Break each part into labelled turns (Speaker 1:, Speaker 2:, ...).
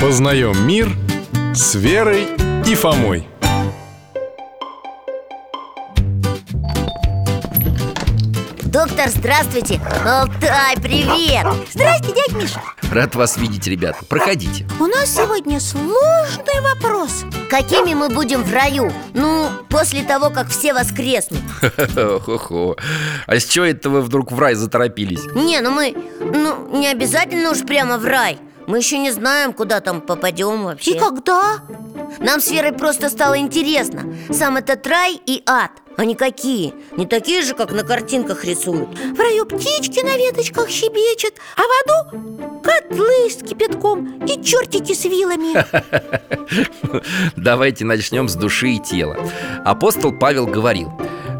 Speaker 1: Познаем мир с Верой и Фомой.
Speaker 2: Доктор, здравствуйте! Алтай, привет!
Speaker 3: Здрасте, дядь Миша
Speaker 4: Рад вас видеть, ребята. Проходите.
Speaker 3: У нас сегодня сложный вопрос
Speaker 2: Какими мы будем в раю? Ну, после того, как все воскреснут
Speaker 4: Хо-хо. А с чего это вы вдруг в рай заторопились?
Speaker 2: Не, ну мы... Ну, не обязательно уж прямо в рай Мы еще не знаем, куда там попадем вообще
Speaker 3: И когда?
Speaker 2: Нам с Верой просто стало интересно Сам этот рай и ад Они какие? Не такие же, как на картинках рисуют
Speaker 3: В раю птички на веточках щебечут А в аду котлы с кипятком и чертики с вилами
Speaker 4: Давайте начнем с души и тела. Апостол Павел говорил,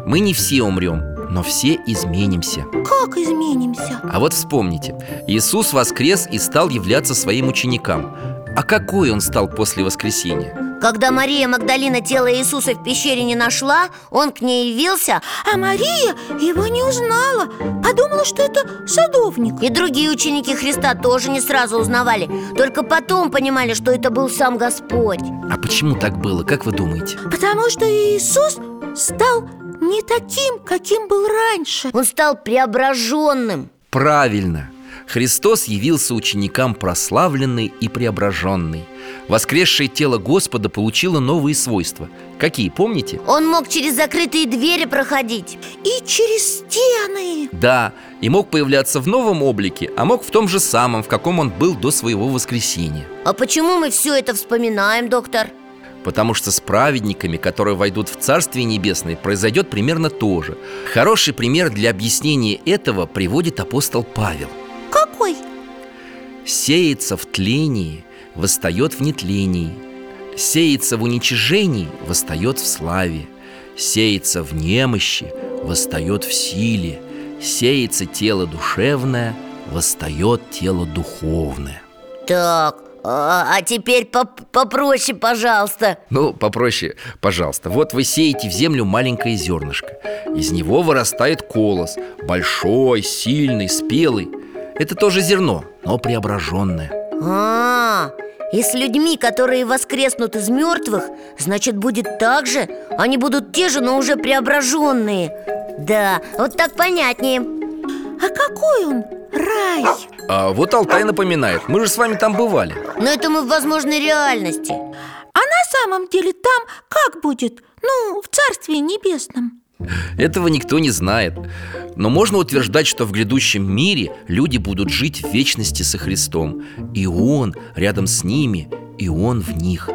Speaker 4: мы не все умрем, но все изменимся.
Speaker 3: Как изменимся?
Speaker 4: А вот вспомните, Иисус воскрес и стал являться своим ученикам. А какой он стал после воскресения?
Speaker 2: Когда Мария Магдалина тело Иисуса в пещере не нашла Он к ней явился
Speaker 3: А Мария его не узнала
Speaker 2: а
Speaker 3: Подумала, что это садовник
Speaker 2: И другие ученики Христа тоже не сразу узнавали Только потом понимали, что это был сам Господь
Speaker 4: А почему так было, как вы думаете?
Speaker 3: Потому что Иисус стал не таким, каким был раньше
Speaker 2: Он стал преображенным
Speaker 4: Правильно. Христос явился ученикам прославленный и преображенный. Воскресшее тело Господа получило новые свойства. Какие, помните?
Speaker 2: Он мог через закрытые двери проходить
Speaker 3: И через стены
Speaker 4: Да, и мог появляться в новом облике, а мог в том же самом, в каком он был до своего воскресения.
Speaker 2: А почему мы все это вспоминаем, доктор?
Speaker 4: Потому что с праведниками, которые войдут в Царствие Небесное, произойдет примерно то же. Хороший пример для объяснения этого приводит апостол Павел.
Speaker 3: Какой?
Speaker 4: Сеется в тлении, восстает в нетлении. Сеется в уничижении, восстает в славе. Сеется в немощи, восстает в силе. Сеется тело душевное, восстает тело духовное.
Speaker 2: Так, а, а теперь поп- попроще, пожалуйста
Speaker 4: Ну, попроще, пожалуйста. Вот вы сеете в землю маленькое зернышко. Из него вырастает колос. Большой, сильный, спелый. Это тоже зерно, но преображенное.
Speaker 2: А, и с людьми, которые воскреснут из мертвых, значит, будет так же? Они будут те же, но уже преображенные Да, вот так понятнее
Speaker 3: А какой он? Рай
Speaker 4: А вот Алтай напоминает. Мы же с вами там бывали.
Speaker 2: Но это мы в возможной реальности
Speaker 3: А на самом деле там как будет? Ну, в Царстве Небесном
Speaker 4: Этого никто не знает. Но можно утверждать, что в грядущем мире люди будут жить в вечности со Христом. И Он рядом с ними, и Он в них.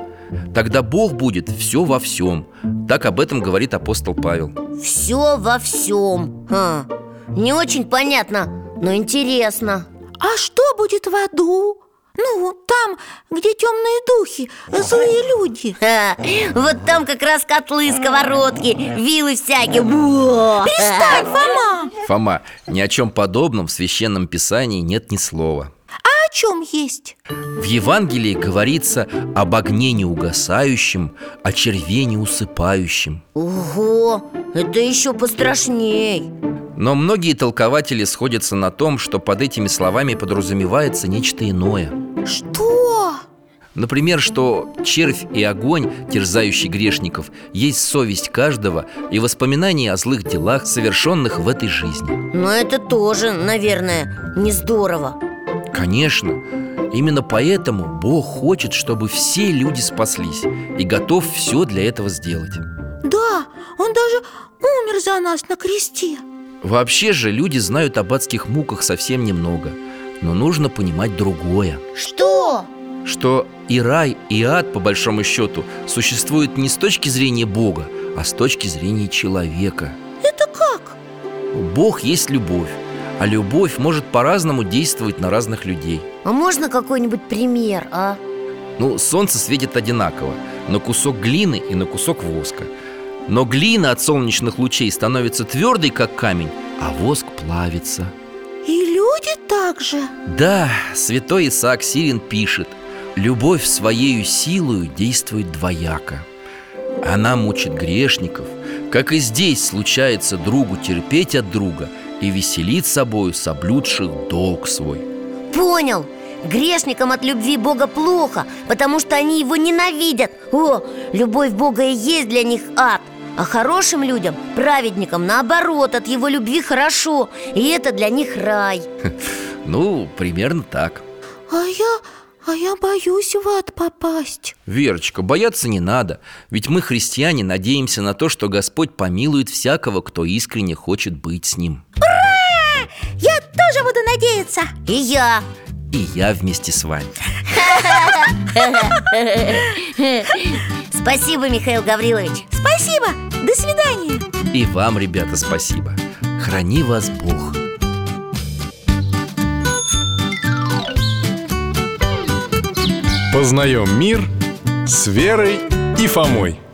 Speaker 4: Тогда Бог будет все во всем. Так об этом говорит апостол Павел.
Speaker 2: Все во всем Ха, Не очень понятно, но интересно
Speaker 3: А что будет в аду? Ну, там, где темные духи, злые люди
Speaker 2: Ха, Вот там как раз котлы, сковородки, вилы всякие Во!
Speaker 3: Перестань, Фома
Speaker 4: Фома, ни о чем подобном в священном писании нет ни слова.
Speaker 3: А о чем есть?
Speaker 4: В Евангелии говорится об огне неугасающем, о черве неусыпающем.
Speaker 2: Ого, это еще пострашней
Speaker 4: Но многие толкователи сходятся на том, что под этими словами подразумевается нечто иное.
Speaker 3: Что?
Speaker 4: Например, что червь и огонь, терзающий грешников, есть совесть каждого и воспоминания о злых делах, совершенных в этой жизни.
Speaker 2: Но это тоже, наверное, не здорово
Speaker 4: Конечно, именно поэтому Бог хочет, чтобы все люди спаслись и готов все для этого сделать.
Speaker 3: Да, он даже умер за нас на кресте
Speaker 4: Вообще же люди знают об адских муках совсем немного, но нужно понимать другое.
Speaker 2: Что?
Speaker 4: что и рай, и ад, по большому счету, существуют не с точки зрения Бога, а с точки зрения человека.
Speaker 3: Это как?
Speaker 4: Бог есть любовь, а любовь может по-разному действовать на разных людей.
Speaker 2: А можно какой-нибудь пример, а?
Speaker 4: Ну, солнце светит одинаково, на кусок глины и на кусок воска. Но глина от солнечных лучей становится твердой, как камень, а воск плавится.
Speaker 3: И люди так же
Speaker 4: Да, святой Исаак Сирин пишет Любовь своею силою действует двояко Она мучит грешников Как и здесь случается другу терпеть от друга И веселит собою соблюдших долг свой
Speaker 2: Понял Грешникам от любви Бога плохо, потому что они его ненавидят О, любовь Бога и есть для них ад А хорошим людям, праведникам, наоборот, от его любви хорошо И это для них рай
Speaker 4: Ну, примерно так
Speaker 3: А я, а я боюсь в ад попасть
Speaker 4: Верочка, бояться не надо Ведь мы, христиане, надеемся на то, что Господь помилует всякого, кто искренне хочет быть с Ним
Speaker 3: Я тоже буду надеяться
Speaker 2: И я
Speaker 4: И я вместе с вами
Speaker 2: Спасибо, Михаил Гаврилович
Speaker 3: Спасибо, до свидания
Speaker 4: И вам, ребята, спасибо Храни вас Бог
Speaker 1: Познаем мир с Верой и Фомой.